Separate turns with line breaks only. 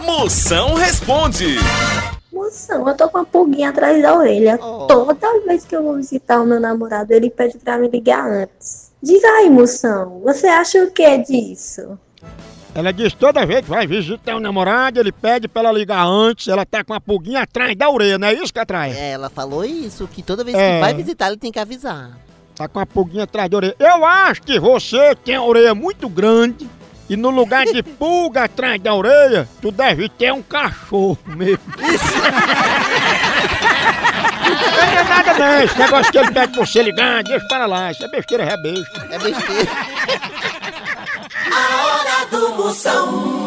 Moção responde.
Moção, eu tô com uma pulguinha atrás da orelha.
Oh.
Toda vez que eu vou visitar o meu namorado, ele pede pra me ligar antes. Diz aí, moção, você acha o que disso?
Ela diz que toda vez que vai visitar o namorado, ele pede pra ela ligar antes, ela tá com a pulguinha atrás da orelha, não é isso que atrai?
É, Ela falou isso, que toda vez
É.
que vai visitar, ele tem que avisar.
Tá com a pulguinha atrás da orelha. Eu acho que você tem a orelha muito grande e no lugar de pulga atrás da orelha, tu deve ter um cachorro mesmo. Não é nada não, esse negócio que ele pede pra você ligar, deixa para lá, isso é besteira, é besta.
É besteira.
A hora do Moção.